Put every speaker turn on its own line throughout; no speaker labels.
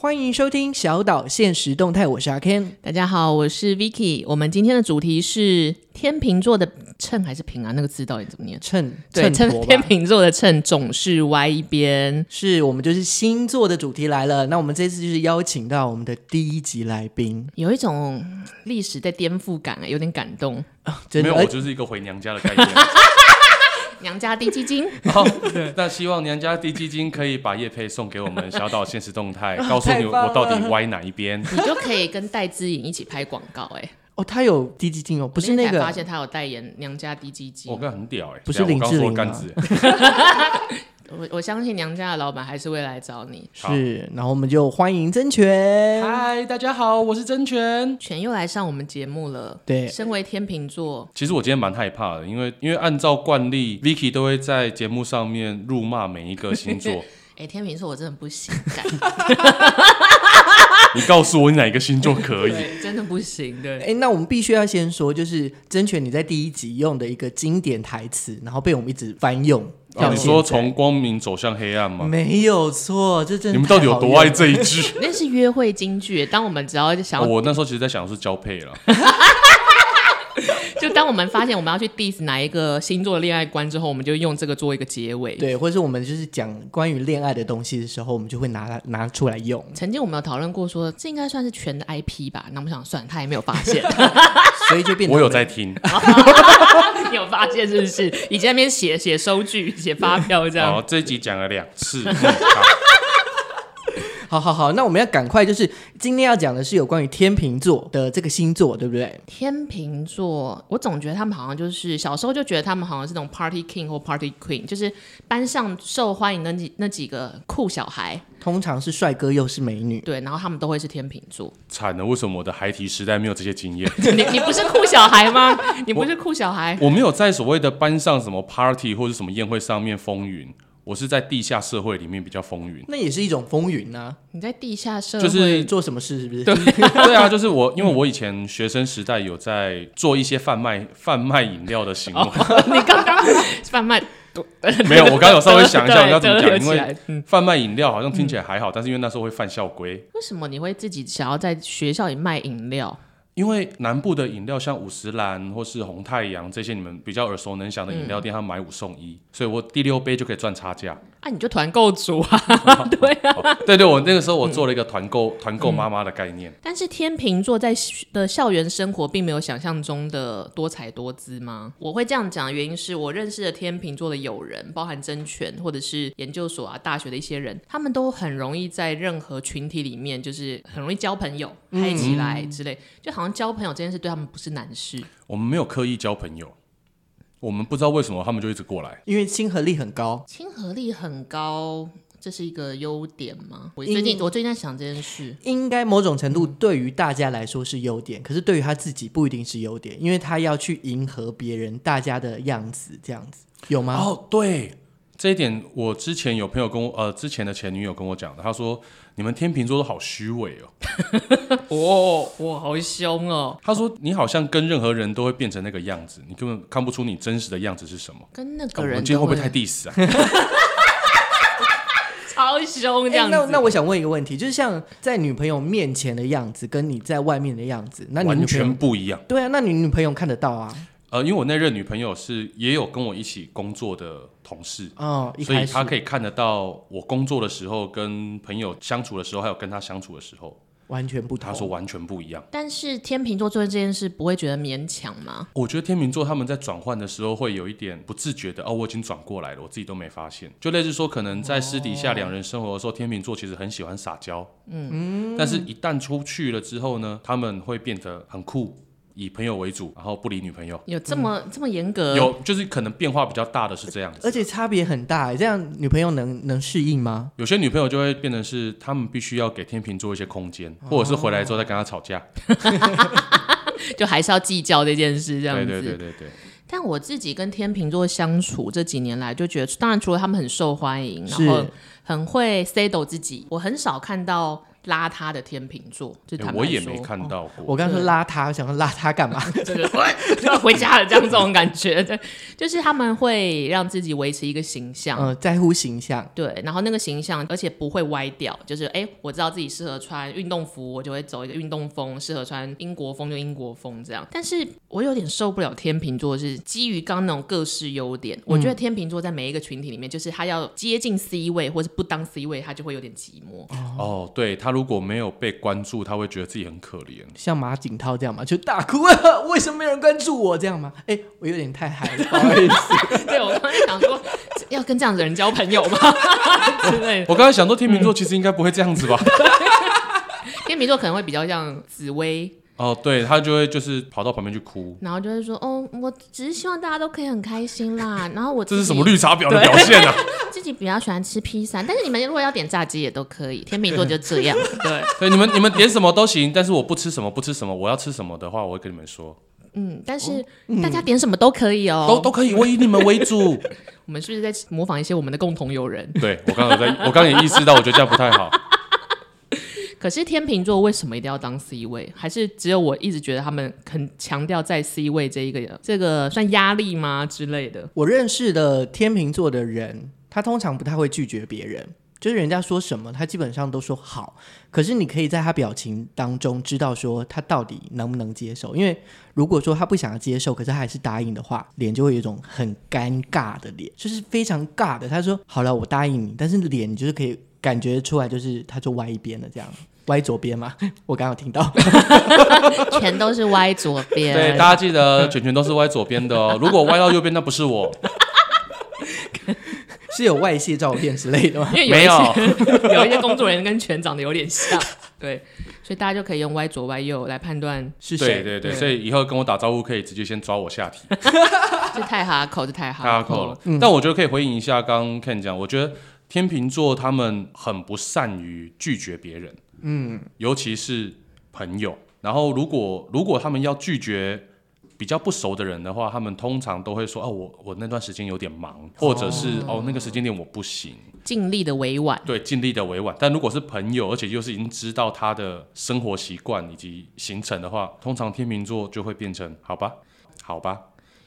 欢迎收听小岛现实动态，我是阿 Ken。
大家好，我是 Vicky。我们今天的主题是天秤座的秤还是平啊？那个字到底怎么念？
秤
对，
秤
秤
砣
天
吧，
秤座的秤总是歪一边。
是我们就是星座的主题来了。那我们这次就是邀请到我们的第一集来宾，
有一种嗯历史在颠覆感、有点感动。
真
啊没
的
有，我
而
就是一个回娘家的 概念。
娘家地基金，
好，
哦
那希望娘家低基金可以把叶配送给我们小岛现实动 态，告诉你
哦太棒了
我到底歪哪 一边。
你就可以跟戴姿颖一起拍广告、哎，
哦，他有低基金哦，不
不
是那
发
个，
现他有代言娘家地基金
我。刚很屌哎，
不是
等一下
林志
我
玲
刚
吗
说杆子，
我我相信娘家的老板还是会来找你。
好
是，然后我们就欢迎曾权。
嗨，大家好，我是真权。
全又来上我们节目了。
对
身为天秤座，
其实我今天蛮害怕的，因为因为按照惯例，Vicky 都会在节目上面辱骂每一个 星座。
哎、天秤座我真的不行，干
你告诉我你哪一个星座可以？
对，真的不行，对。
哎，那我们必须要先说，就是曾权你在第一集用的一个经典台词，然后被我们一直翻用。
哦
到
你说
现在
从光明走向黑暗吗？
没有错，这真的
你们到底有多
太好用了？
爱这一 句？
那是约会金句。当我们只要想
哦
要，
我那时候其实在想的是交配了。
就当我们发现我们要去 diss 哪一个星座的恋爱观之后，我们就用这个做一个结尾。，
对，或者是我们就是讲关于恋爱的东西的时候，我们就会拿拿出来 用。
曾经我们有讨论过说，这应该算是全的 IP 吧？那我们想，算了他也没有发 现，
所以就变成
我有
们
在听，
你有发现是不是？以前那边写写收据、写发票这样。
哦，这一集讲了两次，嗯好
好好好，那我们要赶快，就是今天要讲的是有关于天秤座的这个星座，对不对？
天秤座，我总觉得他们好像就是小时候就觉得他们好像是那种 party king 或 party queen，就是班上受欢迎的那几那几个酷小孩，
通常是帅哥又是美女，
对，然后他们都会是天秤座。
惨了！为什么我的孩提时代没有这些经验？
你你不是酷小孩吗？你不是酷小孩？
我没有在所谓的班上什么 party 或者什么宴会上面风云，我是在地下社会里面比较风云。
那也是一种风云呐、
你在地下社会，
就是
做什么事是不是？
对啊，就是我，因为我以前学生时代有在做一些贩卖贩卖饮料的行为，
你刚刚贩卖，
没有，我刚刚有稍微想一下我要怎么
对
讲，
对
因
起
为
来嗯
贩卖饮料好像听起来还好，但是因为那时候会犯校规，
为什么你会自己想要在学校里卖饮料？
因为南部的饮料像五十岚或是红太阳这些你们比较耳熟能详的饮
嗯
料店，他买五送一，所以我第六杯就可以赚差价。
啊，你就团购组啊，对啊。
哦对对，我那个时候我做了一个团购团购妈妈的概念。
但是天秤座在学的校园生活并没有想象中的多彩多姿吗？我会这样讲的原因是我认识的天秤座的友人，包含真权或者是研究所啊、大学的一些人，他们都很容易在任何群体里面，就是很容易交朋友、嗨起来之类，就好像交朋友这件事对他们不是难
嗯
事。
我们没有刻意交朋友，我们不知道为什么他们就一直过来。
因为亲和力很高。
亲和力很高，这是一个优点吗？我
因
最近我最近在想这件事。
应该某种程度对于大家来说是优点，可是对于他自己不一定是优点，因为他要去迎合别人大家的样子，这样子有吗？
哦，对，这一点我之前有朋友跟我呃之前的前女友跟我讲的，她说你们天秤座都好虚伪哦，
哦，哇，好凶哦！
她说你好像跟任何人都会变成那个样子，你根本看不出你真实的样子是什么。
跟那
啊
个
我们
人
今天
都
会不
会
会太 diss 啊？
超凶这
哎
样子？
那那我想问一个问题，就是像在女朋友面前的样子，跟你在外面的样子，那你
完
女朋友
全不一样。
对啊，那你女朋友看得到啊？
呃，因为我那任女朋友是也有跟我一起工作的同事，
哦，一
所以
开始
他可以看得到我工作的时候、跟朋友相处的时候，还有跟他相处的时候，
完全不同。
他说完全不一样。
但是天秤座做这件事不会觉得勉强吗？
我觉得天秤座他们在转换的时候会有一点不自觉的哦，我已经转过来了，我自己都没发现。就类似说，可能在私底下两人生活的时候，天秤座其实很喜欢撒娇，嗯，但是一旦出去了之后呢，他们会变得很酷，以朋友为主，然后不理女朋友。
有这么、这么严格？
有就是可能变化比较大的是这样子
而，且差别很大欸，这样女朋友能能适应吗？
有些女朋友就会变成是他们必须要给天秤座一些空间，或者是回来之后再跟他吵架。
就还是要计较这件事这样
对
子。
对对对对，
但我自己跟天秤座相处这几年来，就觉得，当然除了他们很受欢迎，然后
是
很会 settle 自己，我很少看到。邋遢的天秤座，就
欸
坦白说，哦
我也没看到过。
我刚说邋遢，我想说邋遢干 嘛？
这个要 回家了，这样这种感觉，对，就是他们会让自己维持一个形象，
嗯，在乎形象，
对，然后那个形象，而且不会歪掉，就是哎，诶我知道自己适合穿运动服，我就会走一个运动风；适合穿英国风就英国风这样。但是我有点受不了天秤座是基于刚刚那种各式优点，我觉
嗯
得天秤座在每一个群体里面，就是他要接近 C 位或是不当 C 位，他就会有点寂寞。
哦，对他如果没有被关注，他会觉得自己很可怜。
像马景涛这样嘛，就大哭 啊，为什么没有人关注我这样吗？哎、我有点太嗨了，不好意思。
对我刚刚想说，要跟这样的人交朋友吗？ 之类的。
我刚才想说，天秤
嗯
座其实应该不会这样 子吧？
天秤座可能会比较像紫薇，
哦，对他就会就是跑到旁边去哭，
然后就会说，哦，我只是希望大家都可以很开心啦。然后我
这
自
是
己
什么绿茶婊的表现啊？
自己比较喜欢吃披萨，但是你们如果要点炸鸡也都可以，天秤座就这样。对，
对，你们你们点什么都行，但是我不吃什么不吃什么，我要吃什么的话，我会跟你们说，
嗯，但是大家点什么都可以哦。
哦都都可以，我以你们为 主。
我们是不是在模仿一些我们的共同友人？
对我刚刚有在，我刚刚也意识到，我觉得这样不太好。
可是天秤座为什么一定要当 C 位？还是只有我一直觉得他们很强调在 C 位这一个这个算压力吗之类 的？
我认识的天秤座的人，他通常不太会拒绝别人，就是人家说什么，他基本上都说好。可是你可以在他表情当中知道说他到底能不能接受，因为如果说他不想要接受，可是他还是答应的话，脸就会有一种很尴尬的脸，就是非常尬的。他说好了，我答应你，但是脸你就是可以感觉出来，就是他就歪一边了这样。歪左边嘛， 我刚刚有听到，
全都是歪左边
对，大家记得卷卷都是歪左边的哦，如果歪到右边，那不是我，
是有外泄照片之类的吗？
因为有一
没
些
有。
有一些工作人员跟全长得有点像， 对，所以大家就可以用歪左歪右来判断
是
对
谁？
对
对
对，所以以后跟我打招呼可以直接先抓我下体，
是太哈口是太哈
太扣了。但我觉得可以回应一下刚刚 Ken 讲，我觉得天秤座他们很不善于拒绝别人，嗯，尤其是朋友。然后如果如果他们要拒绝比较不熟的人的话，他们通常都会说哦，我我那段时间有点忙，或者是哦那个时间点我不行，
尽力的委婉。
对，尽力的委婉。但如果是朋友，而且又是已经知道他的生活习惯以及行程的话，通常天秤座就会变成好吧，好吧，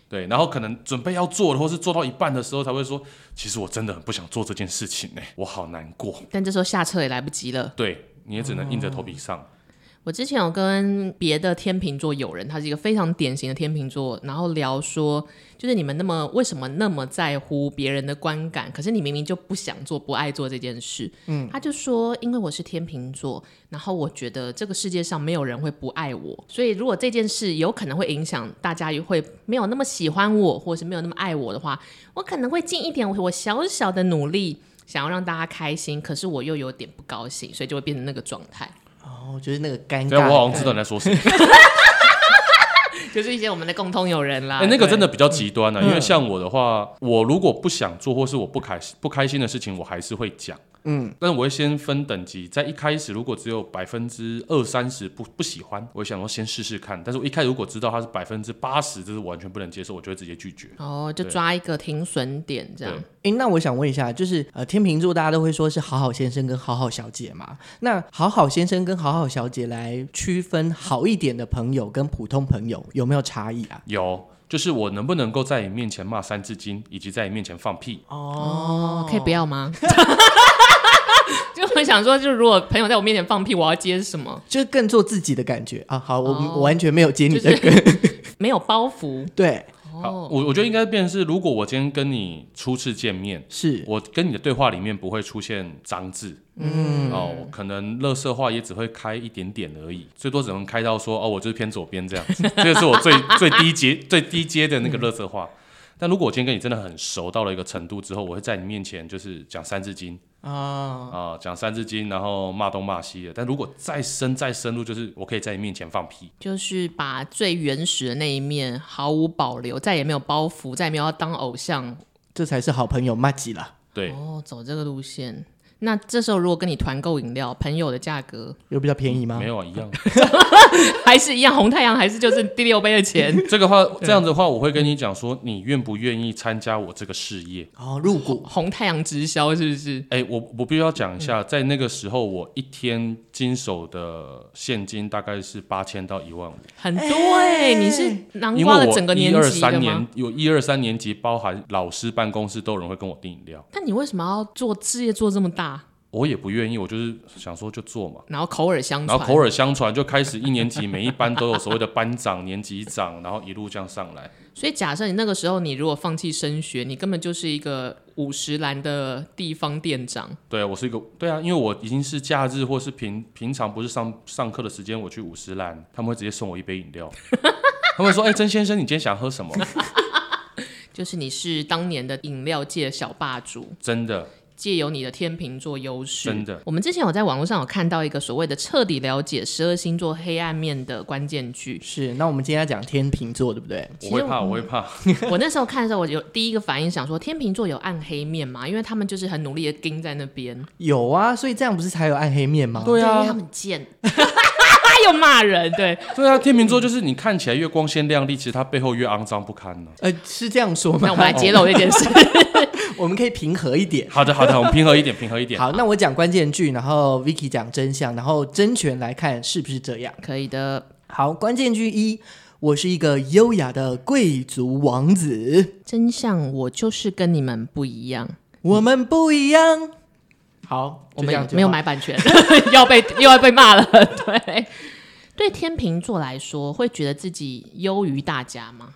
对。然后可能准备要做的，或是做到一半的时候，才会说，其实我真的很不想做这件事情呢、我好难过。
但这时候下车也来不及了。
对，你也只能硬着头皮上。
我之前有跟别的天秤座友人，他是一个非常典型的天秤座，然后聊说，就是你们那么为什么那么在乎别人的观感，可是你明明就不想做、不爱做这件事。嗯，他就说，因为我是天秤座，然后我觉得这个世界上没有人会不爱我，所以如果这件事有可能会影响大家，也会没有那么喜欢我，或是没有那么爱我的话，我可能会尽一点我我小小的努力。想要让大家开心，可是我又有点不高兴，所以就会变成那个状态。
哦，就是那个尴尬
对，啊
的感
我
觉。
好像知道你在说什么。
就是一些我们的共通友人啦。
哎、那个真
的
的比较极端呢、啊
嗯
因为像我的话，我如果不想做或是我不开心不开心的事情，我还是会讲。嗯，但是我会先分等级，在一开始如果只有百分之二三十不不喜欢，我想说先试试看。但是我一开始如果知道它是百分之八十，这是完全不能接受，我就会直接拒绝。
哦，就
对
抓一个停损点这
对
样。
诶，那我想问一下，就是呃，天秤座大家都会说是好好先生跟好好小姐嘛？那好好先生跟好好小姐来区分好一点的朋友跟普通朋友有没有差异啊？
有，就是我能不能够在你面前骂三字经，以及在你面前放屁。
哦，可以不要 吗？就很想说，就如果朋友在我面前放屁，我要接什么？
就是更做自己的感觉啊。好，我、
哦
我完全没有接你
就
的
是
梗，
没有包袱
对，
好，
哦。
我我觉得应该变成是，如果我今天跟你初次见面，
是
我跟你的对话里面不会出现脏字，嗯，哦，可能乐色话也只会开一点点而已，最多只能开到说哦，我就是偏左边这样子，这个是我最 最低阶最低阶的那个乐色话。但如果我今天跟你真的很熟到了一个程度之后，我会在你面前就是讲三字经
啊、
啊，讲、三字经，然后骂东骂西的。但如果再深再深入，就是我可以在你面前放屁，
就是把最原始的那一面毫无保留，再也没有包袱，再也没有要当偶像
这才是好朋友骂吉了。
对，
哦，走这个路线。那这时候如果跟你团购饮料，朋友的价格
有比较便宜吗？
没有啊，一样。。
还是一样，红太阳还是就是第六杯的钱
这个话这样子的话，我会跟你讲说，你愿不愿意参加我这个事业？
哦，入股
红太阳直销是不是？
哎、我我必须要讲一
嗯
下，在那个时候，我一天经手的现金大概是八千到一万五，
很多哎、你是南
因
瓜的
为我
哦整个
一
年
二
级的
三
吗
年？有一二三年级，包含老师办公室都有人会跟我订饮料，
那你为什么要做事业做这么大，
我也不愿意，我就是想说就做嘛。
然后口耳相
然
传？
后口耳相传，就开始一年级每一班都有所谓的班长、年级长，然后一路这样上来。
所以假设你那个时候你如果放弃升学，你根本就是一个五十岚的地方店长，
对我是一个对啊，因为我已经是假日或是平平常不是上上课的时间，我去五十兰，他们会直接送我一杯饮料。 他们说：“哎、曾先生，你今天想喝什么
就是你是当年的饮料界小霸主。？”
真的，
借由你的天秤座优势，
真的。
我们之前有在网络上有看到一个所谓的彻底了解十二星座黑暗面的关键句。
是。那我们今天要讲天秤座，对不对？
我会怕，我会怕。
我那时候看的时候，我有第一个反应想说，天秤座有暗黑面吗？因为他们就是很努力的盯在那边，
有啊，所以这样不是才有暗黑面吗？
对
因为他
啊，
们贱， 又骂人，对，
对啊，天秤座就是你看起来越光鲜亮丽，其实它背后越肮脏不堪呢、
呃，是这样 说吗？
那我们来揭露这件事。
我们可以平和一点。
好的，好的，我们平和一点，平和 一点。
好，那我讲关键句，然后 Vicky 讲真相，然后真权来看是不是这样。
可以的，
好，关键句一，我是一个优雅的贵族王子，
真相我就是跟你们不一样，
我们不一样。好，
我
就这样
们
就
没有
好
买版权， 要被又要被骂了。对，对天秤座来说，会觉得自己优于大家吗？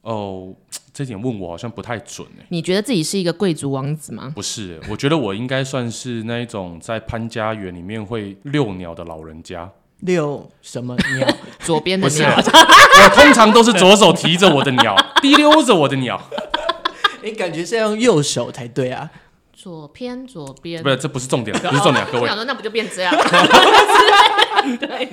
哦，这点问我好像不太准哎、
你觉得自己是一个贵族王子吗？
不是、欸，我觉得我应该算是那一种在潘家园里面会遛鸟的老人家。
六什么鸟？
左边的
不是，
鸟，
我通常都是左手提着我的 鸟，提溜着我的鸟。
你感觉是要用右手才对啊？
左边，左边，
不是，这不是重点，不是重点，
哦
各
我
位
想，说，那不就变这样？ 对，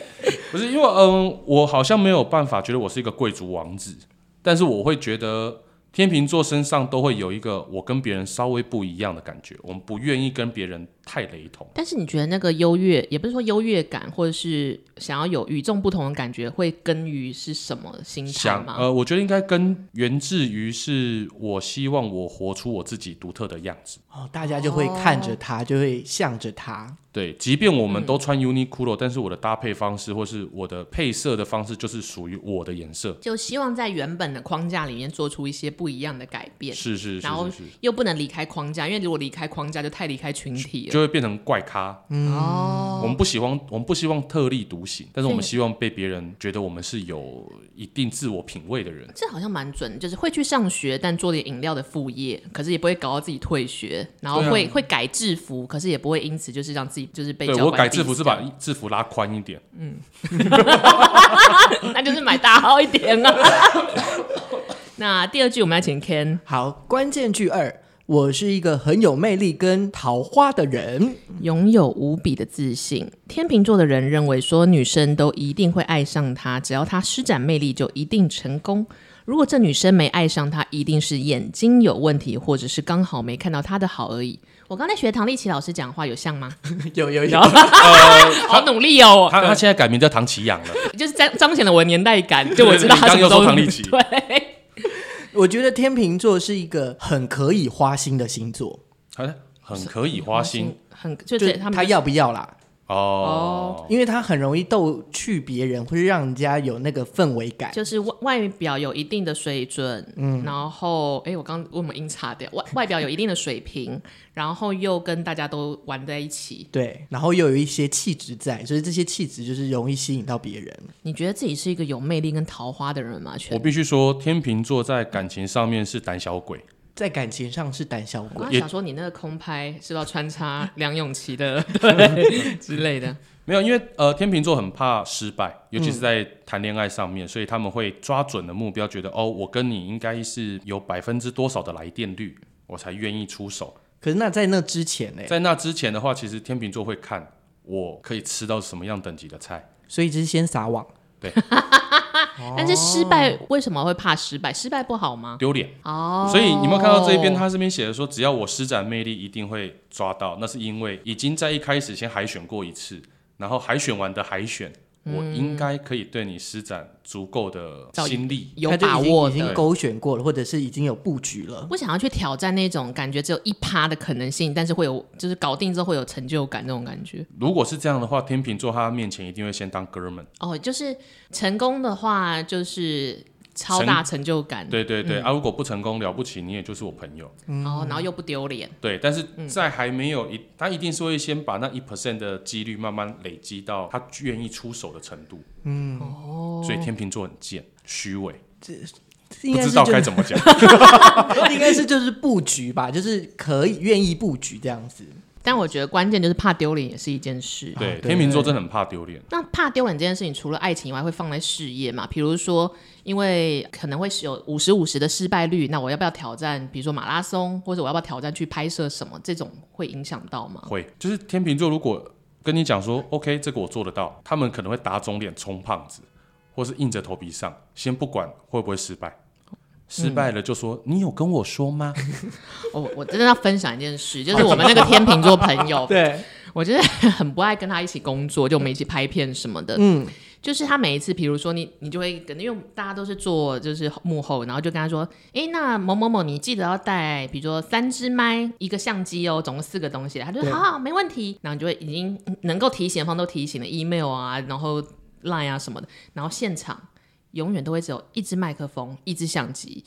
不是因为嗯，我好像没有办法觉得我是一个贵族王子，但是我会觉得天秤座身上都会有一个我跟别人稍微不一样的感觉，我们不愿意跟别人太雷同。
但是你觉得那个优越，也不是说优越感，或者是想要有与众不同的感觉，会根于是什么心态
想
吗？
呃，我觉得应该跟源自于是我希望我活出我自己独特的样子。
哦，大家就会看着他，就会向着他。
对，即便我们都穿 Uniqlo，、但是我的搭配方式或是我的配色的方式就是属于我的颜色。
就希望在原本的框架里面做出一些不一样的改变，
是是是
然后
是是，
又不能离开框架，因为如果离开框架就太离开群体了。
就会变成怪咖。
哦，
我们不希望，我们不希望特立独行，但是我们
对
希望被别人觉得我们是有一定自我品味的人。
这好像蛮准的，就是会去上学，但做点饮料的副业，可是也不会搞到自己退学，然后
对啊
会、会改制服，可是也不会因此就是让自己就是被
对
教官
我改制服
diss
是把制服拉宽一
嗯
点，
掉， 那就是买大号一点啊。 那第二句我们要请 Ken，
好，关键句二，我是一个很有魅力跟桃花的人。
拥有无比的自信。天秤座的人认为说，女生都一定会爱上他，只要他施展魅力就一定成功。如果这女生没爱上他，一定是眼睛有问题，或者是刚好没看到他的好而已。我刚才学唐立奇老师讲话有像吗？
有有有，
好努力哦，
他他现在改名叫唐奇阳了。
就是彰彰显了我的年代感，就我知道他
对
什
你
么
刚
时候
又说唐立奇
对，
我觉得天秤座是一个很可以花心的星座，
好的，很可以花心
很 就
就是是
他
他
们
要不要啦，
哦。
因为他很容易逗趣别人，会让人家有那个氛围感。
就是外外表有一定的水准，嗯，然后哎，我刚我们音差掉外外表有一定的水平，然后又跟大家都玩在一起。
对，然后又有一些气质在，所以这些气质就是容易吸引到别人。
你觉得自己是一个有魅力跟桃花的人吗？全
我必须说，天秤座在感情上面是胆小鬼，
在感情上是胆小
我
鬼，
刚
也
啊想说你那个空拍是不是要 穿插梁咏琪的 对之类的？
没有，因为呃，天秤座很怕失败，
嗯
尤其是在谈恋爱上面，所以他们会抓准了目标，觉得哦，我跟你应该是有百分之多少的来电率，我才愿意出手。
可是那在那之前呢、
在那之前的话，其实天秤座会看我可以吃到什么样等级的菜。
所以就是先撒网。
对，
但是失败为什么会怕失败？失败不好吗？
丢脸。
哦，
所以你有没有看到这一边，他这边写的说，只要我施展魅力，一定会抓到。那是因为已经在一开始先海选过一次，然后海选完的海选，
嗯
我应该可以对你施展足够的
造诣
心力。
有
他就
把
已经
握
已
的
经。勾选过了，或者是已经有布局了。
不想要去挑战那种感觉只有一趴的可能性，但是会有就是搞定之后会有成就感那种感觉。
如果是这样的话，天秤座他面前一定会先当哥们。
哦，就是成功的话，就是超大成就感，
对对
嗯
对、啊，如果不成功了不起，你也就是我朋友。
哦，然后又不丢脸，
对，但是在还没有一，他一定是会先把那一 percent 的几率慢慢累积到他愿意出手的程度。嗯，哦，所以天秤座很贱，虚伪，
应
不
该
知
是
道
就
该
是
怎么讲。
应该是就是布局吧，就是可以愿意布局这样子。
但我觉得关键就是怕丢脸也是一件事。
对，
对，
天秤座真的很怕丢脸。
那怕丢脸这件事情，除了爱情以外，会放在事业嘛？比如说，因为可能会是有五十五十的失败率，那我要不要挑战？比如说马拉松，或者我要不要挑战去拍摄什么？这种会影响到吗？
会，就是天秤座如果跟你讲说，OK，这个我做得到，他们可能会打肿脸充胖子，或是硬着头皮上，先不管会不会失败，失败了就说、你有跟我说吗？
哦我我真的要分享一件事，就是我们那个天秤座朋 友
对，
我就是很不爱跟他一起工作，就我们一起拍片什么的。
嗯，
就是他每一次，比如说你，你就会跟，因为大家都是做就是幕后，然后就跟他说，诶，那某某某，你记得要带，比如说三支麦、一个相机哦，总共四个东西。他就
对
说好好，没问题。然后你就会已经嗯能够提醒的方都提醒了，email 啊，然后 line 啊什么的，然后现场永远都会只有一支麦克风、一支相机。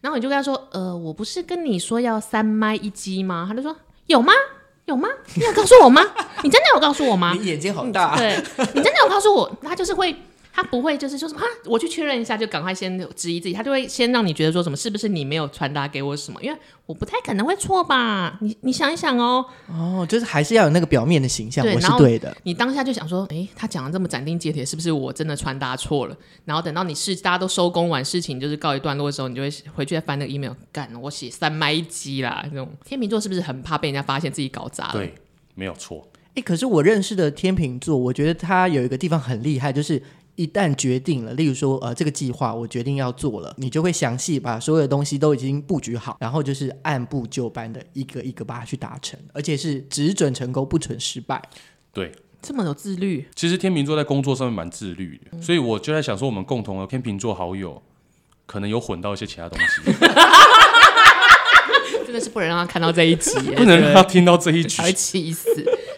然后你就跟他说，呃，我不是跟你说要三麦一机吗？他就说有吗？有吗？你有告诉我吗？你真的有告诉我吗？
你眼睛好大，
啊
对你真的有告诉我，他就是会，他不会就是说什么啊，我去确认一下，就赶快先质疑自己，他就会先让你觉得说什么是不是你没有传达给我什么，因为我不太可能会错吧？你你想一想哦，
哦，就是还是要有那个表面的形象，
对
我是
然后
对的。
你当下就想说，诶，他讲的这么斩钉截铁，是不是我真的传达错了？然后等到你事大家都收工完，事情就是告一段落的时候，你就会回去再翻那个 email，干，我写三麦一机啦，那种天秤座是不是很怕被人家发现自己搞砸了？
对，没有错，
哎，可是我认识的天秤座，我觉得他有一个地方很厉害，就是。一旦决定了，例如说，呃，这个计划我决定要做了，你就会详细把所有的东西都已经布局好，然后就是按部就班的一个一个把它去达成，而且是只准成功不准失败。
对。
这么有自律，
其实天秤座在工作上面蛮自律的，所以我就在想说，我们共同的天秤座好友可能有混到一些其他东西，
真的是不能让他看到这一集耶，
不能让他听到这一句
才。会气死。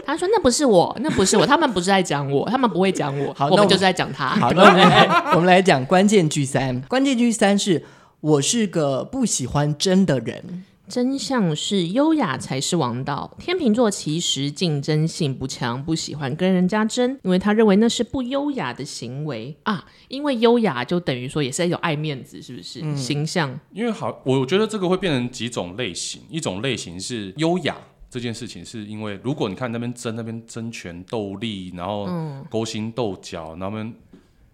他说：“那不是我，那不是我，他们不是在讲我，他们不会讲我，
好
我
那我
们就是在讲他。
好，那我们来我们来讲关键句三。关键句三是我是个不喜欢真的人。
真相是优雅才是王道。天秤座其实竞争性不强，不喜欢跟人家争，因为他认为那是不优雅的行为啊。因为优雅就等于说也是有爱面子，是不是？
嗯
形象
因为好，我觉得这个会变成几种类型，一种类型是优雅这件事情，是因为如果你看那边争那边争权斗利，然后勾心斗角，然后他们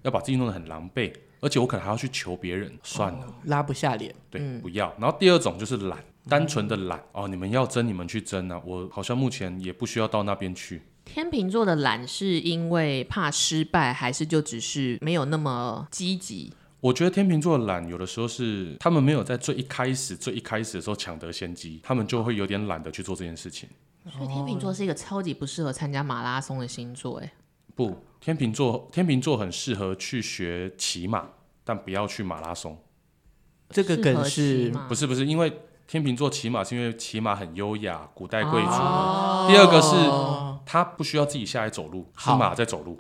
要把自己弄得很狼狈，而且我可能还要去求别人，算了，
拉不下脸，
对，不要。然后第二种就是懒，单纯的懒哦，你们要争你们去争啊，我好像目前也不需要到那边去。
天秤座的懒是因为怕失败，还是就只是没有那么积极？
我觉得天秤座的懒，有的时候是他们没有在最一开始、最一开始的时候抢得先机，他们就会有点懒得去做这件事情。
所以天秤座是一个超级不适合参加马拉松的星座，哎。”
不，天秤座天秤座很适合去学骑马，但不要去马拉松。
这个梗是
不
是
是不是，因为天秤座骑马是因为骑马很优雅，古代贵族。
哦
第二个是他不需要自己下来走路，是
好
马在走路。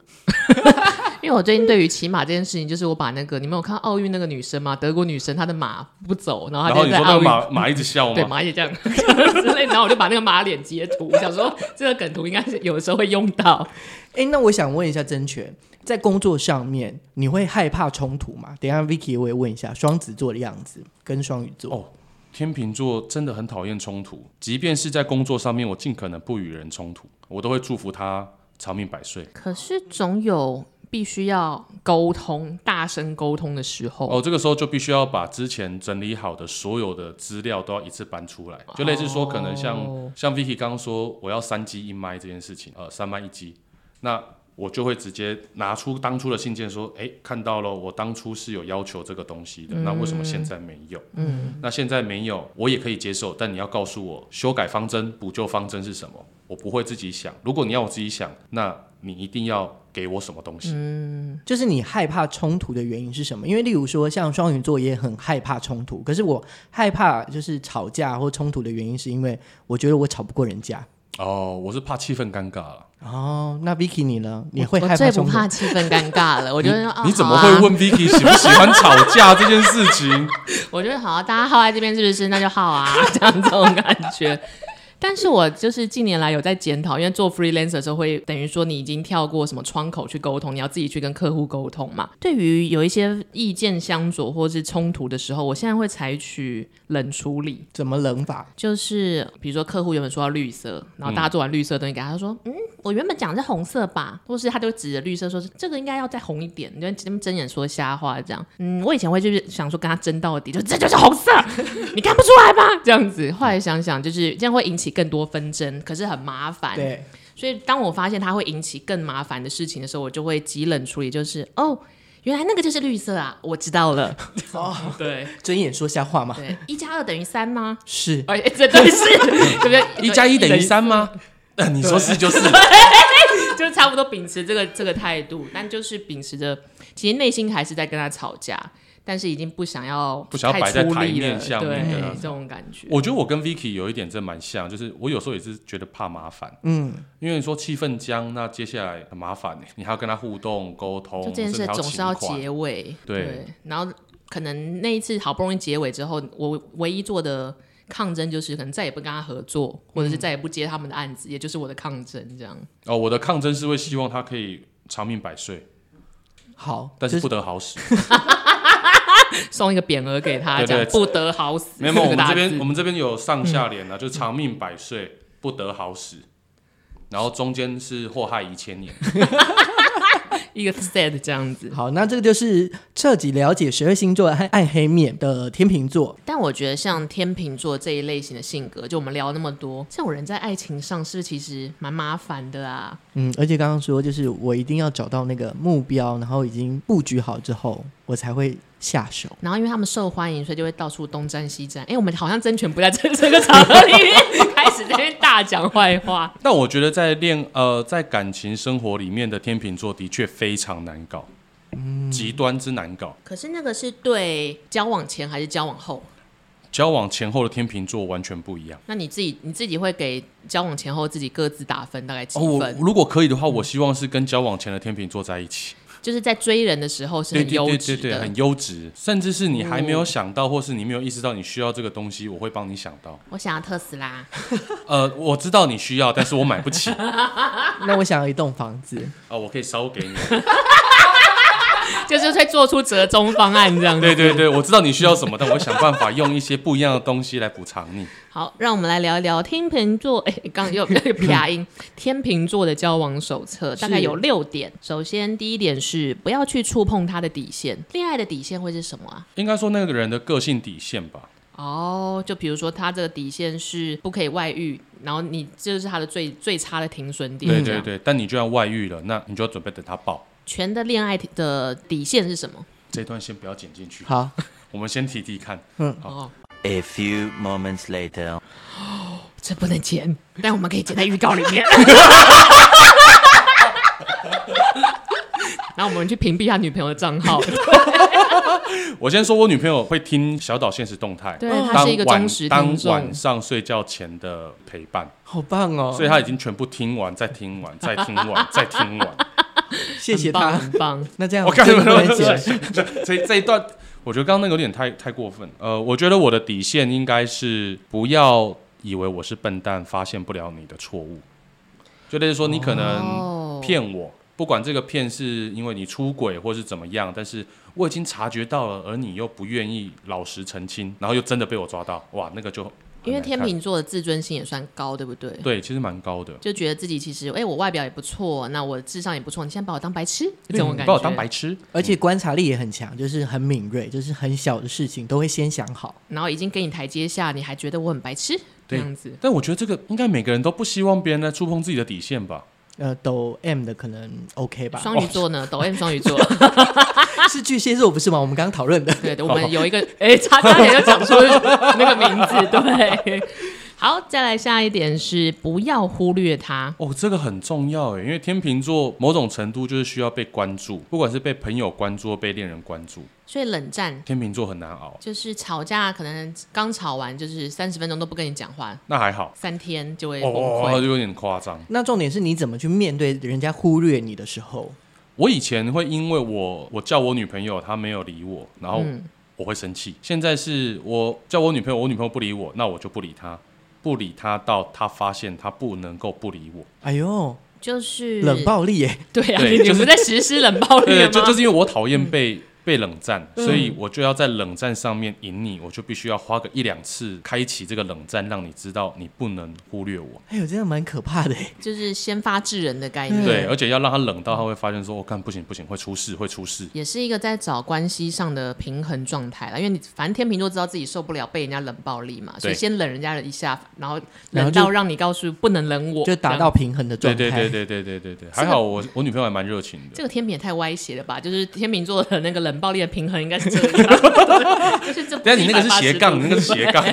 因为我最近对于骑马这件事情，就是我把那个你们有看奥运那个女生吗？德国女生她的马不走，然后
然
她
后
就
你
在
说那
奥
个
运
马马一直笑
啊对
吗？
马也这样 之类，然后我就把那个马脸截图，想说这个梗图应该是有的时候会用到。
哎，那我想问一下真权，在工作上面你会害怕冲突吗？等一下 Vicky 我也问一下双子座的样子跟双鱼座。
哦天秤座真的很讨厌冲突，即便是在工作上面，我尽可能不与人冲突，我都会祝福他长命百岁。
可是总有必须要沟通、大声沟通的时候。
哦，这个时候就必须要把之前整理好的所有的资料都要一次搬出来，就类似说，可能像、
哦
像 Vicky 刚刚说，我要三机一麦这件事情，呃，三麦一机，那我就会直接拿出当初的信件说，哎，看到了，我当初是有要求这个东西的，那为什么现在没有？嗯，那现在没有，我也可以接受，但你要告诉我修改方针、补救方针是什么，我不会自己想。如果你要我自己想，那你一定要给我什么东西。
就是你害怕冲突的原因是什么？因为例如说，像双鱼座也很害怕冲突，可是我害怕就是吵架或冲突的原因，是因为我觉得我吵不过人家。
哦，我是怕气氛尴尬啊了。
哦，那 Vicky 你呢？你会
我
害怕
最不
冲突？
怕气氛尴尬了，我就会说、啊、
你怎么
好啊
会问 Vicky 喜不喜欢吵架这件事情？
我觉得好、啊，大家耗在这边是不是？那就耗啊，这样这种感觉。但是我就是近年来有在检讨，因为做 freelancer 的时候会等于说你已经跳过什么窗口去沟通，你要自己去跟客户沟通嘛。对于有一些意见相左或是冲突的时候，我现在会采取冷处理，
怎么冷法？
就是比如说客户原本说要绿色，然后
嗯
大家做完绿色的东西给他，他说嗯，我原本讲的是红色吧，或是他就指着绿色说这个应该要再红一点，你就他们睁眼说瞎话这样。嗯，我以前会就是想说跟他争到底，就这就是红色，你看不出来吧？这样子，后来想想就是这样会引起更多纷争，可是很麻烦。
对，
所以当我发现它会引起更麻烦的事情的时候，我就会极冷处理，就是哦。原来那个就是绿色啊！我知道了。
哦，
对
睁眼说瞎话嘛，
对，一加二等于三吗？
是
哎、这对 是，对不对？
一加一等于，三吗？那你说是就是。
就是差不多秉持这个这个态度，但就是秉持着，其实内心还是在跟他吵架，但是已经不想要
不想要摆在
太出
台
力
面
了
下
对
面
跟他吵
这种感觉。
我觉得我跟 Vicky 有一点真蛮像，就是我有时候也是觉得怕麻烦，
嗯，
因为你说气氛僵，那接下来很麻烦欸你还要跟他互动沟通，
就这件
甚至
事
还
总是要
请款
结尾，
对
然后可能那一次好不容易结尾之后，我唯一做的抗争就是可能再也不跟他合作，或者是再也不接他们的案子，也就是我的抗争这样。
哦。我的抗争是会希望他可以长命百岁，
好，
但
就是
不得好 死。
送一个匾额给他，
对对
这样
对
不得好死。
没有，没有我
四个
们
大
这边
字
我们这边有上下联啊，就是长命百岁，不得好死。然后中间是祸害一千年，
一个 sad 这样子。
好，那这个就是彻底了解十二星座和暗黑面的天秤座。
但我觉得像天秤座这一类型的性格，就我们聊那么多，这种人在爱情上是不是其实蛮麻烦的啊？
嗯，而且刚刚说，就是我一定要找到那个目标，然后已经布局好之后，我才会下手。
然后因为他们受欢迎，所以就会到处东站西站。哎、我们好像争权不在这这个场合里面，开始在那边大讲坏话。
但我觉得在恋呃在感情生活里面的天秤座的确非常难搞，极端之难搞。
可是那个是对交往前还是交往后？
交往前后的天秤座完全不一样。
那你自己你自己会给交往前后自己各自打分，大概几
哦，我
分？
如果可以的话，我希望是跟交往前的天秤座在一起，
就是在追人的时候是
对
很
对
优
对
质
对
的，
对，很优质，甚至是你还没有想到，或是你没有意识到你需要这个东西，我会帮你想到。
我想要特斯拉，
呃，我知道你需要，但是我买不 起啊、
那我想要一栋房子，
我可以烧给你。
就是会做出折中方案这样子。
对对对，我知道你需要什么，但我会想办法用一些不一样的东西来补偿你。
好，让我们来聊一聊天秤座。 哎、刚又又啪 音，天秤座的交往手册大概
是
有六点。首先，第一点是不要去触碰他的底线。恋爱的底线会是什么啊？
应该说那个人的个性底线吧。
哦，就比如说他这个底线是不可以外遇，然后你这就是他的最最差的停损点。
对
这样
对，对，但你居然外遇了，那你就要准备等他爆。
全的恋爱的底线是什么？
这段先不要剪进去，
好，
我们先提提看。好
哦，
A few moments later.
这不能剪，但我们可以剪在预告里 面。然后我们去屏蔽他女朋友的账号。
我先说，我女朋友会听小岛现实动态，
对，
嗯
他
当
是一个
晚
忠实听
当
众
晚。上睡觉前的陪伴，
好棒哦！
所以他已经全部听完，再听 完，再听完，再听完。
谢谢
很棒
他。
很棒。
那这样
我
这
看你
个
们
不能解释。
这 这这一段，我觉得刚刚那个有点太太过分。呃，我觉得我的底线应该是不要以为我是笨蛋，发现不了你的错误。就类似说，你可
哦
能骗我，不管这个骗是因为你出轨或是怎么样，但是我已经察觉到了，而你又不愿意老实澄清，然后又真的被我抓到，哇，那个就很
因为
难
天
看
秤座的自尊心也算高，对不对？
对，其实蛮高的。
就觉得自己其实，哎、我外表也不错，那我智商也不错，你现在把我当白痴，这
对
种
你
感觉。
嗯把我当白痴，
而且观察力也很强，就是很敏锐，就是很小的事情都会先想好。
然后已经给你台阶下，你还觉得我很白痴，这
对
样子。
但我觉得这个应该每个人都不希望别人来触碰自己的底线吧？
呃，抖 M 的可能 OK 吧？
哦
哦
双鱼座呢？抖 M 双鱼 座，
是巨蟹座不是吗？我们刚刚讨论的，
对对，我们有一个，哎、差差点就讲出那个名字，对。好，再来下一点是不要忽略他，
哦，这个很重要欸诶，因为天秤座某种程度就是需要被关注，不管是被朋友关注、被恋人关注，
所以冷战
天秤座很难熬。
就是吵架，可能刚吵完就是三十分钟都不跟你讲话，
那还好，
三天就会崩
哦，就
溃。
有点夸张。
那重点是你怎么去面对人家忽略你的时候？
我以前会因为我我叫我女朋友，她没有理我，然后我会生气。现在是我叫我女朋友，我女朋友不理我，那我就不理她，不理她到她发现她不能够不理我。
哎呦，
就是
冷，暴力耶！
对啊，
对
你
就是
们在实施冷暴力了
对，
吗？
就就是因为我讨厌被、被冷战，所以我就要在冷战上面赢你，我就必须要花个一两次开启这个冷战，让你知道你不能忽略我。
哎呦，真的蛮可怕的耶！
就是先发制人的概念。
嗯
对，而且要让他冷到他会发现说，我、看不行不行，会出事会出事。
也是一个在找关系上的平衡状态啦，因为你反正天秤座知道自己受不了被人家冷暴力嘛，所以先冷人家一下，然后
然后
冷
就
到让你告诉不能冷我，
就达到平衡的
对
状态。
对对对对对对对，还好我我女朋友还蛮热情的
这。个天平也太歪斜了吧？就是天秤座的那个冷暴力的平衡应该是这样， 就是这。
等一下你那个是斜杠，你那个是斜杠。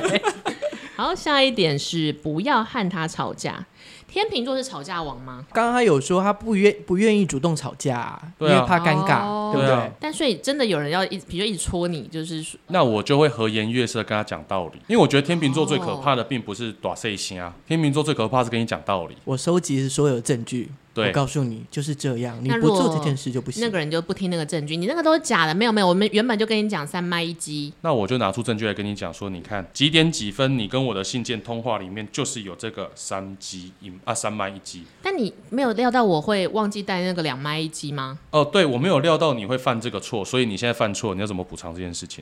好，下一点是不要和他吵架。天秤座是吵架王吗？
刚刚他有说他不愿不愿意主动吵架、
对啊
因为怕尴尬，
哦
对不对？
对啊
但所以真的有人要一直，比如说一直戳你，就是说
那我就会和颜悦色地跟他讲道理，因为我觉得天秤座最可怕的并不是短碎心啊，天秤座最可怕是跟你讲道理。
我收集所有证据，
对
我告诉你就是这样，你
那
不
如果
做这件事就不行。
那个人就不听那个证据，你那个都是假的，没有没有，我们原本就跟你讲三麦一鸡，
那我就拿出证据来跟你讲说，你看几点几分，你跟我的信件通话里面就是有这个三机一啊三麦一机。
但你没有料到我会忘记带那个两麦一机吗？
哦，对，我没有料到你会犯这个错，所以你现在犯错，你要怎么补偿这件事情？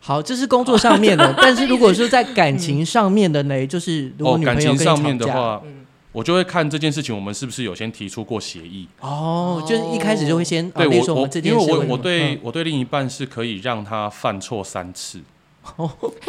好，这是工作上面
哦
的，但是如果说在感情上面的
嗯
呢，就是如果
哦，
女
感
朋友
情
跟
上
你
面
吵
的
架，
话，我就会看这件事情我们是不是有先提出过协议。
哦，就是一开始就会先
哦对
啊例如
我
说我
我
们这，件
因为
事
我
为什
我
么
对、
嗯
我对另一半是可以让他犯错三次，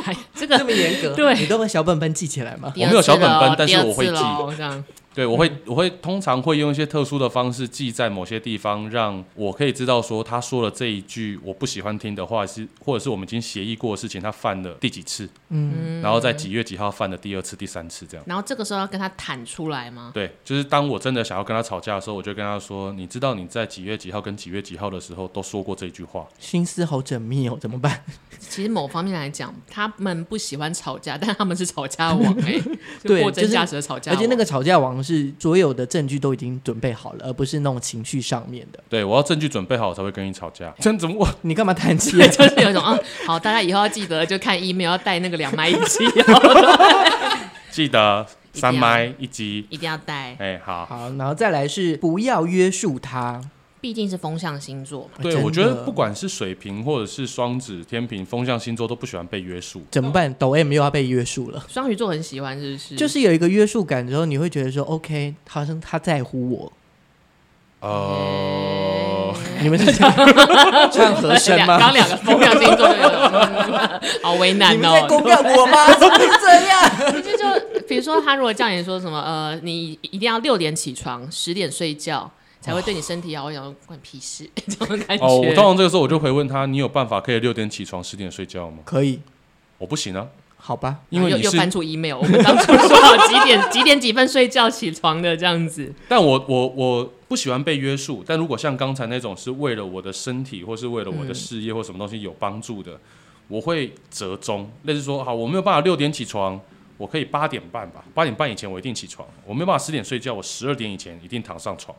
哎，这
这
个
么严格，
对
你都会小本本记起来吗？
第二
没有小
次了
本本
哦
但是
第二
我会
次了
记
哦这样
对，我会、我会通常会用一些特殊的方式记在某些地方，让我可以知道说他说了这一句我不喜欢听的话是，或者是我们已经协议过的事情，他犯了第几次，嗯，然后在几月几号犯的第二次、第三次这样。
然后这个时候要跟他坦出来吗？
对，就是当我真的想要跟他吵架的时候，我就跟他说：“你知道你在几月几号跟几月几号的时候都说过这句话。
心思好缜密哦，怎么办？
其实某方面来讲，他们不喜欢吵架，但他们是吵架王哎、
对
货
就
真
是
价实的吵架哦
而
王。
且那个吵架王是所有的证据都已经准备好了，而不是那种情绪上面的。
对我要证据准备好才会跟你吵架。 真怎么我
你干嘛叹气？
就是有一种啊，好，大家以后要记得就看 email 要带那个两麦一机 哦，
记得
一定要
三麦一击？
一定要带，
哎、好。
好，然后再来是不要约束他。
毕竟是风象星座嘛。
对，
真
我觉得
的
不管是水瓶或者是双子、天平、风象星座都不喜欢被约束。
怎么办？抖 M 又要被约束了。
双鱼座很喜欢，是不是？
就是有一个约束感之后，你会觉得说，OK，好像他在乎我。
哦、
你们 是这样唱和声
两
吗
刚？两个风象星座就 有，嗯好为难
你们在
哦。
公干我 吗？怎么会这样？
这就比如说，他如果叫你说什么，呃，你一定要六点起床，十点睡觉，才会对你身体好。我想说，关你屁事， 这种感觉。
哦，我通常这个时候我就回问他：“你有办法可以六点起床、十点睡觉吗
可以，？”
我不行啊，
好吧。
因为
又
你
又
是，
翻出 email，我们当初说好几点 几点几分睡觉起床的这样子。
但我我我不喜欢被约束。但如果像刚才那种是为了我的身体，或是为了我的事业或什么东西有帮助的，我会折中，类似说：好，我没有办法六点起床。我可以八点半吧，八点半以前我一定起床。我没有办法十点睡觉，我十二点以前一定躺上床，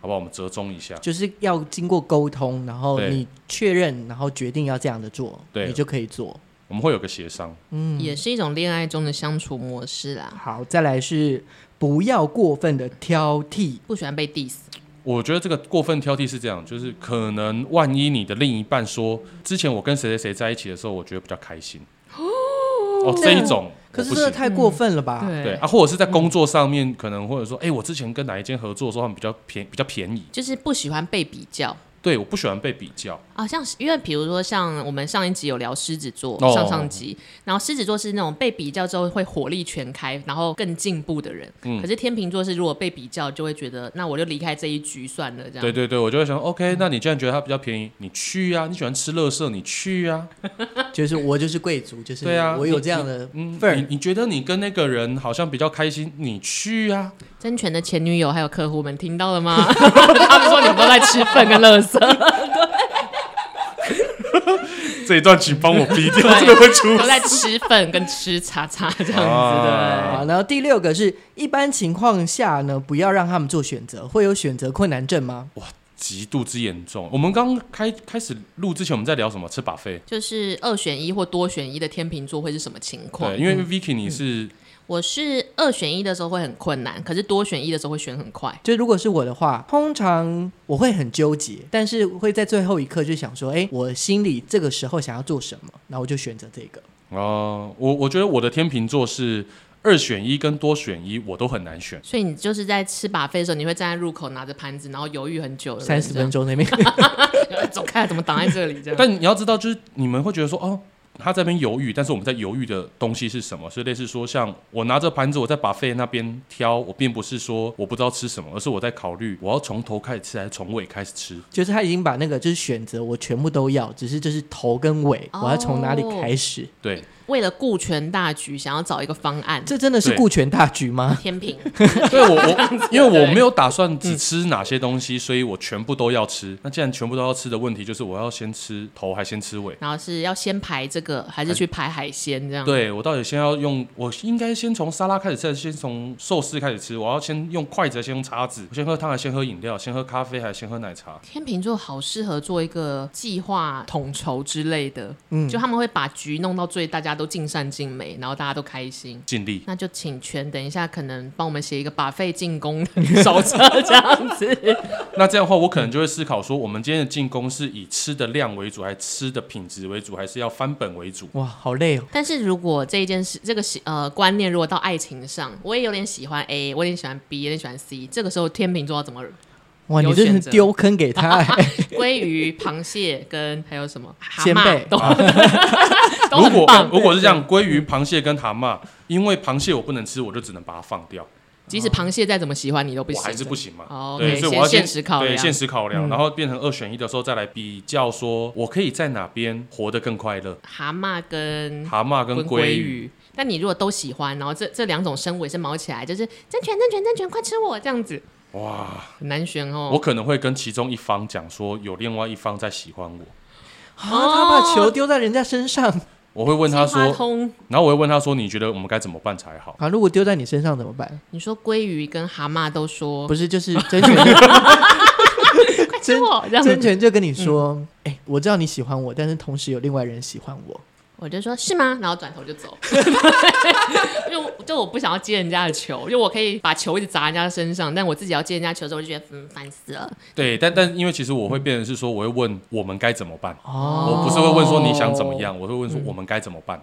好不好？我们折中一下。
就是要经过沟通，然后
对
你确认，然后决定要这样的做，
对
你就可以做。
我们会有个协商。
嗯
也是一种恋爱中的相处模式啦。
好，再来是不要过分的挑剔，
不喜欢被 diss，
我觉得这个过分挑剔是这样，就是可能万一你的另一半说，之前我跟谁谁谁在一起的时候，我觉得比较开心。哦，这一种
可是
我不
这个
行。
太过分了吧？
对啊，或者是在工作上面，可能或者说，哎、我之前跟哪一间合作的时候，他们比较便比较便宜，
就是不喜欢被比较，
对，我不喜欢被比较。
啊，像是因为比如说像我们上一集有聊狮子座，
哦
上上集，然后狮子座是那种被比较之后会火力全开，然后更进步的人。
嗯
可是天秤座是如果被比较，就会觉得那我就离开这一局算了，这样。
对对对，我就会想，OK，那你既然觉得它比较便宜，你去啊，你喜欢吃乐色，你去啊。
就是我就是贵族，就是
对啊
我有这样的
嗯，
份儿
你你觉得你跟那个人好像比较开心，你去啊。
真权的前女友还有客户们听到了吗？ 他们说你们都在吃粪跟垃圾，
这一段请帮我逼掉，这个会出
都在吃粪跟吃叉叉这样
嗯
子的。
好，然后第六个是一般情况下呢，不要让他们做选择，会有选择困难症吗？
哦
极度之严重。我们刚开开始录之前，我们在聊什么？吃把费。
就是二选一或多选一的天秤座会是什么情况
对，？因为 Vicky 你是
我是二选一的时候会很困难，可是多选一的时候会选很快。
就如果是我的话，通常我会很纠结，但是会在最后一刻就想说，哎，我心里这个时候想要做什么，然后我就选择这个。
哦、我我觉得我的天秤座是二选一跟多选一，我都很难选。
所以你就是在吃把费的时候，你会站在入口拿着盘子，然后犹豫很久的人，
三十分钟那边，
呃这样走开，怎么挡在这里？这样。
但你要知道，就是你们会觉得说，哦，他在那边犹豫，但是我们在犹豫的东西是什么？是类似说，像我拿着盘子，我在把费那边挑，我并不是说我不知道吃什么，而是我在考虑我要从头开始吃还是从尾开始吃。
就是他已经把那个就是选择我全部都要，只是就是头跟尾，
哦
我要从哪里开始？
对，
为了顾全大局，想要找一个方 案，
这真的是
对
顾全大局吗？
天平
对 我
啊
我因为我没有打算只吃哪些东西，所以我全部都要吃。那既然全部都要吃的问题，就是我要先吃头还先吃尾？
然后是要先排这个，还是去排海鲜这样？，
对我到底先要用，我应该先从沙拉开始吃，还是先从寿司开始吃？我要先用筷子，还是先用叉子？我先喝汤，还是先喝饮料？先喝咖啡，还是先喝奶茶？
天秤座好适合做一个计划统筹之类的，
嗯
就他们会把局弄到最大家都尽善尽美，然后大家都开心。
尽力。
那就请全等一下，可能帮我们写一个把费进攻 的手册这样子。
那这样的话，我可能就会思考说，我们今天的进攻是以吃的量为主，还吃的品质为主，还是要翻本为主？
哇，好累哦！
但是如果这一件事，这个喜呃观念，如果到爱情上，我也有点喜欢 A，我有点喜欢 B，有点喜欢 C，这个时候天秤座要怎么
哇，
有
你真
选
是
择
丢坑给他、哎
鲑鱼、螃蟹跟还有什么蛤
先
蟆
辈啊
都、都
如
很
果
棒。嗯
如果是这样，鲑鱼、螃蟹跟蛤蟆，因为螃蟹我不能吃，我就只能把它放掉，
即使螃蟹再怎么喜欢你都不
我
行，
还是不行嘛。
哦
对，
OK，
所以我要
先
先
现实考量嗯
对现实考量，然后变成二选一的时候再来比较，说我可以在哪边活得更快乐。
蛤蟆嗯跟
蛤蟆跟鲑
鲑
鱼，
鱼。但你如果都喜欢，然后这这两种生尾是毛起来，就是真权真权真权，快吃我这样子，哇，很难选哦。
我可能会跟其中一方讲说，有另外一方在喜欢我，
啊，他把球丢在人家身上
我会问他
计划
说，
通，嗯
然后我会问他说，你觉得我们该怎么办才好？
啊，如果丢在你身上怎么办？
你说鲑鱼跟蛤蟆都说
不是， 就是真权，
快吃我这样子
真，权就跟你说，
嗯
哎、我知道你喜欢我，但是同时有另外人喜欢我，
我就说是吗？然后转头就 走， 就就我不想要接人家的球，就我可以把球一直砸人家身上，但我自己要接人家球的时候，我就觉得嗯烦死了。
对，但但因为其实我会变成是说，我会问我们该怎么办，
哦
我不是会问说你想怎么样，我会
嗯
问说我们该怎么办，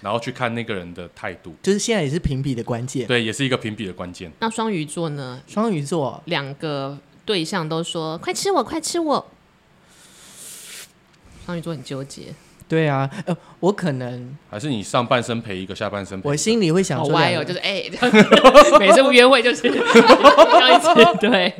然后去看那个人的态度，
就是现在也是评比的关键。
对，也是一个评比的关键。
那双鱼座呢？
双鱼座，
两个对象都说快吃我，快吃我。双鱼座很纠结，
对啊，呃，我可能
还是你上半身赔一个，下半身赔一
我
个
心里会想
好
说
歪
两
哦，
个
就是哎， 这样子每次约会就是 这样一直对。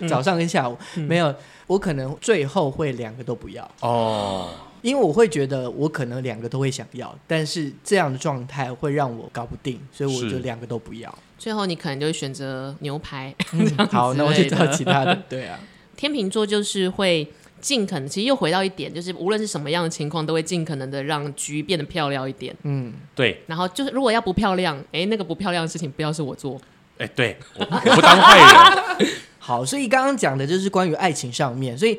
嗯
早上跟下午、没有，我可能最后会两个都不要，
哦，
因为我会觉得我可能两个都会想要，但是这样的状态会让我搞不定，所以我
是
就两个都不要。
最后你可能就会选择牛排。
嗯好，那我
之
就
类
找
的
其他的。对啊，
天秤座就是会尽可能，其实又回到一点，就是无论是什么样的情况，都会尽可能的让局变得漂亮一点。
嗯，
对，
然后就是如果要不漂亮，哎，那个不漂亮的事情不要是我做。
哎，对，我不我不当坏人，
好，所以刚刚讲的就是关于爱情上面，所以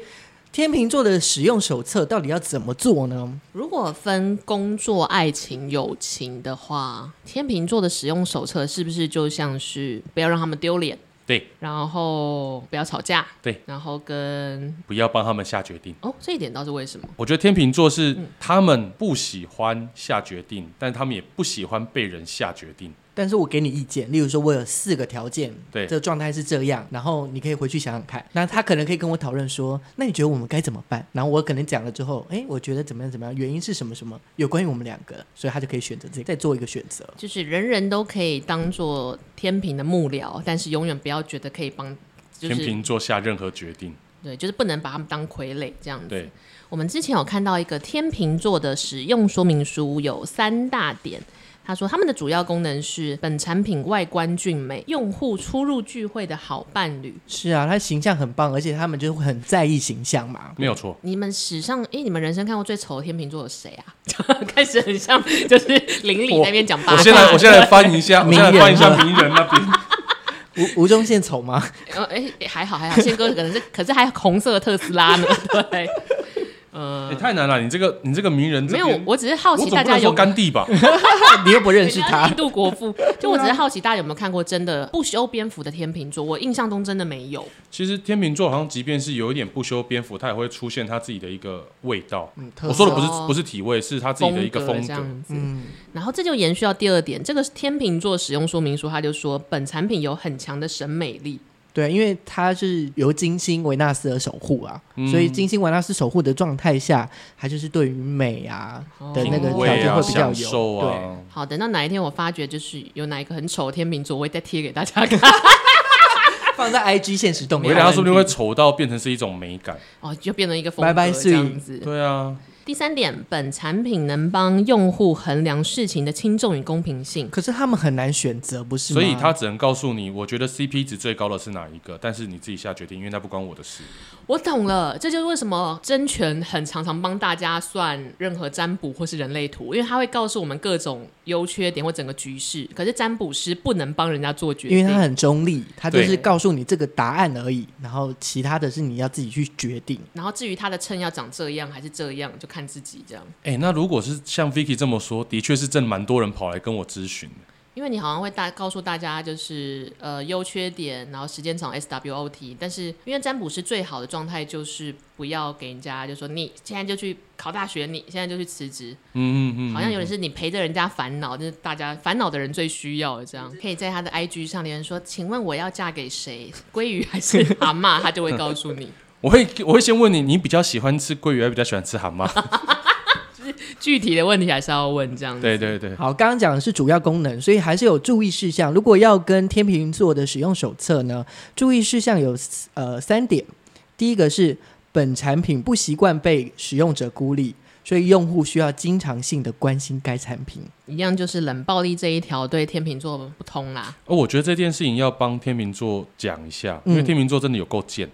天秤座的使用手册到底要怎么做呢？
如果分工作、爱情、友情的话，天秤座的使用手册是不是就像是不要让他们丢脸，
对，
然后不要吵架，
对，
然后跟
不要帮他们下决定。
哦这一点倒是为什么？
我觉得天秤座
嗯
是他们不喜欢下决定，但他们也不喜欢被人下决定。
但是我给你意见，例如说我有四个条件，
对
这个状态是这样，然后你可以回去想想看。那他可能可以跟我讨论说，那你觉得我们该怎么办？然后我可能讲了之后，哎，我觉得怎么样怎么样，原因是什么什么，有关于我们两个，所以他就可以选择这个，再做一个选择。
就是人人都可以当做天平的幕僚，但是永远不要觉得可以帮，就
天
是
秤座下任何决定，
对，就是不能把他们当傀儡这样子。
对，
我们之前有看到一个天秤座的使用说明书，有三大点。他说，他们的主要功能是本产品外观俊美，用户出入聚会的好伴侣。
是啊，他形象很棒，而且他们就会很在意形象嘛。
没有错。
你们史上，哎、你们人生看过最丑的天秤座有谁啊？ 开始很像就是邻里那边讲八卦。
我 现在我现在翻一下，我
名
现在
人
翻一下
啊
名人那边，
吴吴宗宪丑吗？
呃，哎、哎还好还好，宪哥可能是，可是还有红色的特斯拉呢，对，
也哎太难了。你这个你这个名 人这
没有，
边，
我只是好
我
奇
总
大
不
家
能
有
说甘地吧？
你又不认识
人家
他
印，度国父，就我只是好奇大家有没有看过真的不修边幅的天秤座？我印象中真的没有，
其实天秤座好像即便是有一点不修边幅，他也会出现他自己的一个味道。
嗯，特
我说的
色
不是
哦
不是体味，是他自己的一个风
这
格。嗯
样子。嗯然后这就延续到第二点，这个天秤座使用说明书，他就说本产品有很强的审美力，
对，因为它是由金星维纳斯而守护啊，
嗯
所以金星维纳斯守护的状态下，它就是对于美啊的那个
品
条
味
件
啊，
会比较
享
有。
受啊，
好，等到哪一天我发觉就是有哪一个很丑的天秤座，我会再贴给大家看。
对，放在 IG 现实动
我
态，
觉得他说不定会丑到变成是一种美感。
哦，就变成一个风
拜拜
格这样
Siri
子。
对啊，
第三点，本产品能帮用户衡量事情的轻重与公平性。
可是他们很难选择，不是吗？
所以他只能告诉你，我觉得 CP 值最高的是哪一个，但是你自己下决定，因为那不关我的事。
我懂了，这就是为什么真权很常常帮大家算任何占卜或是人类图，因为他会告诉我们各种优缺点或整个局势。可是占卜师不能帮人家做决定，
因为他很中立，他就是
对
告诉你这个答案而已，然后其他的是你要自己去决定。
然后至于他的秤要长这样还是这样，就看自己这样。
哎、那如果是像 Vicky 这么说，的确是真的蛮多人跑来跟我咨询的。
因为你好像会大告诉大家，就是呃优缺点，然后时间长 SWOT，但是因为占卜师最好的状态就是不要给人家就说你现在就去考大学，你现在就去辞职，
嗯嗯嗯，
好像有点是你陪着人家烦恼，就是大家烦恼的人最需要的这样。可以在他的 IG 上留言说，请问我要嫁给谁？鲑鱼还是蛤蟆？他就会告诉 你。
我会我会先问你，你比较喜欢吃鲑鱼，还比较喜欢吃蛤 蟆？
具体的问题还是要问这样。
对对对，
好，刚刚讲的是主要功能，所以还是有注意事项。如果要跟天秤座的使用手册呢，注意事项有呃三点。第一个是本产品不习惯被使用者孤立，所以用户需要经常性的关心该产品。
一样就是冷暴力这一条对天秤座不通啦。
哦，我觉得这件事情要帮天秤座讲一下，
嗯
因为天秤座真的有够贱，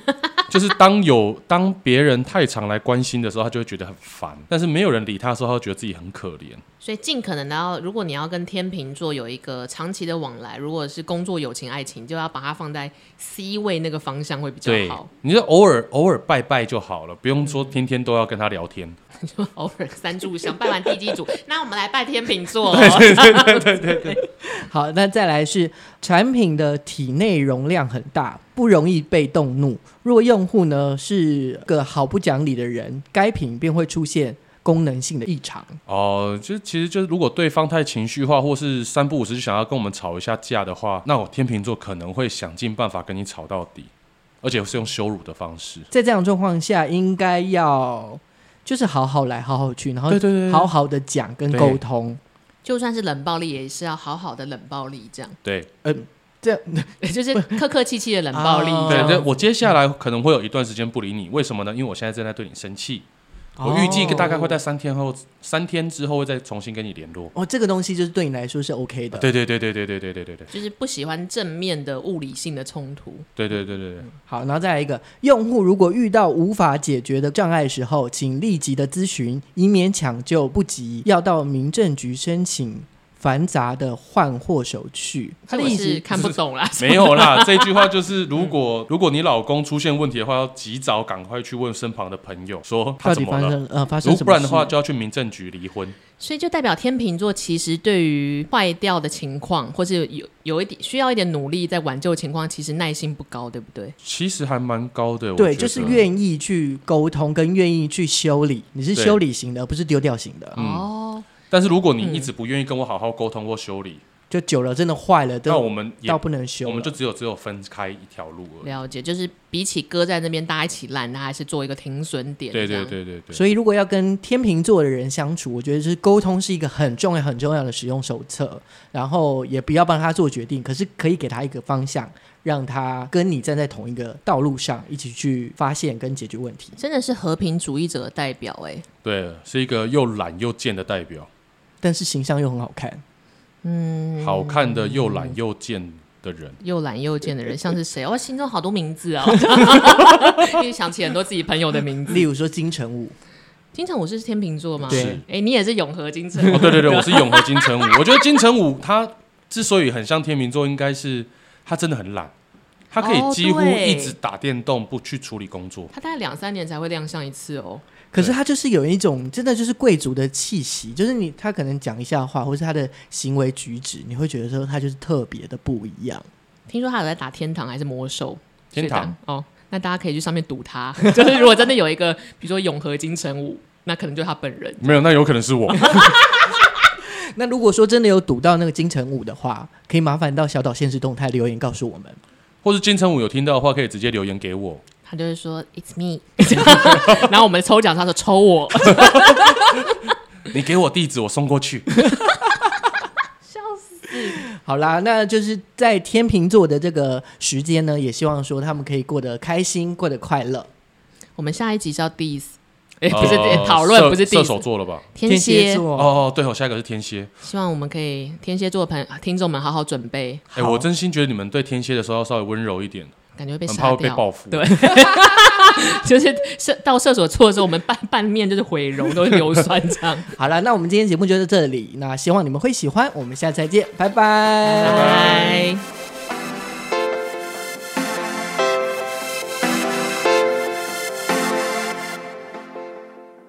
就是当有当别人太常来关心的时候，他就会觉得很烦；但是没有人理他的时候，他会觉得自己很可怜。
所以尽可能的要，如果你要跟天秤座有一个长期的往来，如果是工作、友情、爱情，就要把它放在 C 位那个方向会比较
对
好。，
你就偶尔偶尔拜拜就好了，不用说天天都要跟他聊天。
就偶尔三炷香拜完第几组，那我们来拜天秤 座哦、
好，那再来是产品的体内容量很大，不容易被动怒。若用户呢是个好不讲理的人，该品便会出现功能性的异常。
哦、就其实就是如果对方太情绪化，或是三不五时就想要跟我们吵一下架的话，那我天秤座可能会想尽办法跟你吵到底，而且是用羞辱的方式。
在这样的状况下，应该要就是好好来，好好去，然后
对对对对
好好的讲跟沟通。
就算是冷暴力，也是要好好的冷暴力，这样
对
这样
就是客客气气的冷暴力。
哦
对对，我接下来可能会有一段时间不理你，为什么呢？因为我现在正在对你生气，我预计大概会在三天后，三天之后会再重新跟你联络。
哦，这个东西就是对你来说是 OK 的。
对对对对对对对对对对
就是不喜欢正面的物理性的冲突，
对对对对对。
好，然后再来一个，用户如果遇到无法解决的障碍时候，请立即的咨询，以免抢救不及，要到民政局申请繁杂的换货手续。他
这
的
我
意
是
思
看不懂啦。
没 有啦，这句话就是如果如果你老公出现问题的话，要及早赶快去问身旁的朋友说他
到
怎
底
么
发
了，
生呃发生
如
什么事？
不然的话就要去民政局离婚。
所以就代表天秤座其实对于坏掉的情况，或是有有一点需要一点努力在挽救的情况，其实耐心不高，对不对？
其实还蛮高的，我
对，
觉
就是
得
愿意去沟通跟愿意去修理，你是
对嗯
修理型的，而不是丢掉型的。
哦，
嗯
但是如果你一直不愿意跟我好好沟通或修理，
就久了真的坏了，
那我
都
们也
到不能修了
我们就只有只有分开一条路而已。
了解，就是比起搁在那边大家一起烂，他还是做一个停损点。
对
这
对
样，
对对对，
所以，如果要跟天秤座的人相处，我觉得就是沟通是一个很重要、很重要的使用手册。然后也不要帮他做决定，可是可以给他一个方向，让他跟你站在同一个道路上，一起去发现跟解决问题。
真的是和平主义者的代表哎、
对是一个又懒又贱的代表，
但是形象又很好 看，嗯
好看的又懒又贱的人。
又懒又贱的 人，像是谁？我、心中好多名字啊，因为想起很多自己朋友的名字。
例如说金城武，
金城武是天秤座吗？
对
哎
是、
你也是永和金城
哦，
武。
对对对，我是永和金城武。我觉得金城武他之所以很像天秤座，应该是他真的很懒，他可以
哦
几乎
对
一直打电动，不去处理工作。
他大概两三年才会亮相一次哦。
可是他就是有一种真的就是贵族的气息，就是你他可能讲一下话，或是他的行为举止，你会觉得说他就是特别的不一样。
听说他有在打天堂还是魔兽？
天堂
所以打哦，那大家可以去上面赌他。 就是如果真的有一个，比如说永和金城武，那可能就是他本人。
没有，那有可能是我。
那如果说真的有赌到那个金城武的话，可以麻烦到小岛现实动态留言告诉我们。
或是金城武有听到的话，可以直接留言给我。
他就是说 It's me，然后我们抽奖，他说抽我，
你给我地址，我送 过去。
好啦，那就是在天秤座的这个时间呢，也希望说他们可以过得开心，过得快乐。
我们下一集是要 diss，哎、 不是
呃
讨论、
射
不是
射手
diss，
座了吧？
天蝎。
座
哦哦，对哦，下一个是天蝎。
希望我们可以天蝎座的朋友啊听众们好好准备，
哎，我真心觉得你们对天蝎的时候要稍微温柔一点，
感觉会被
很
杀
怕
掉，
会被报复。啊
对， 就是射到射手座的时候，我们半半面就是毁容，都是硫酸这 样。
好啦，那我们今天节目就到这里，那希望你们会喜欢，我们下次再见，拜拜
拜。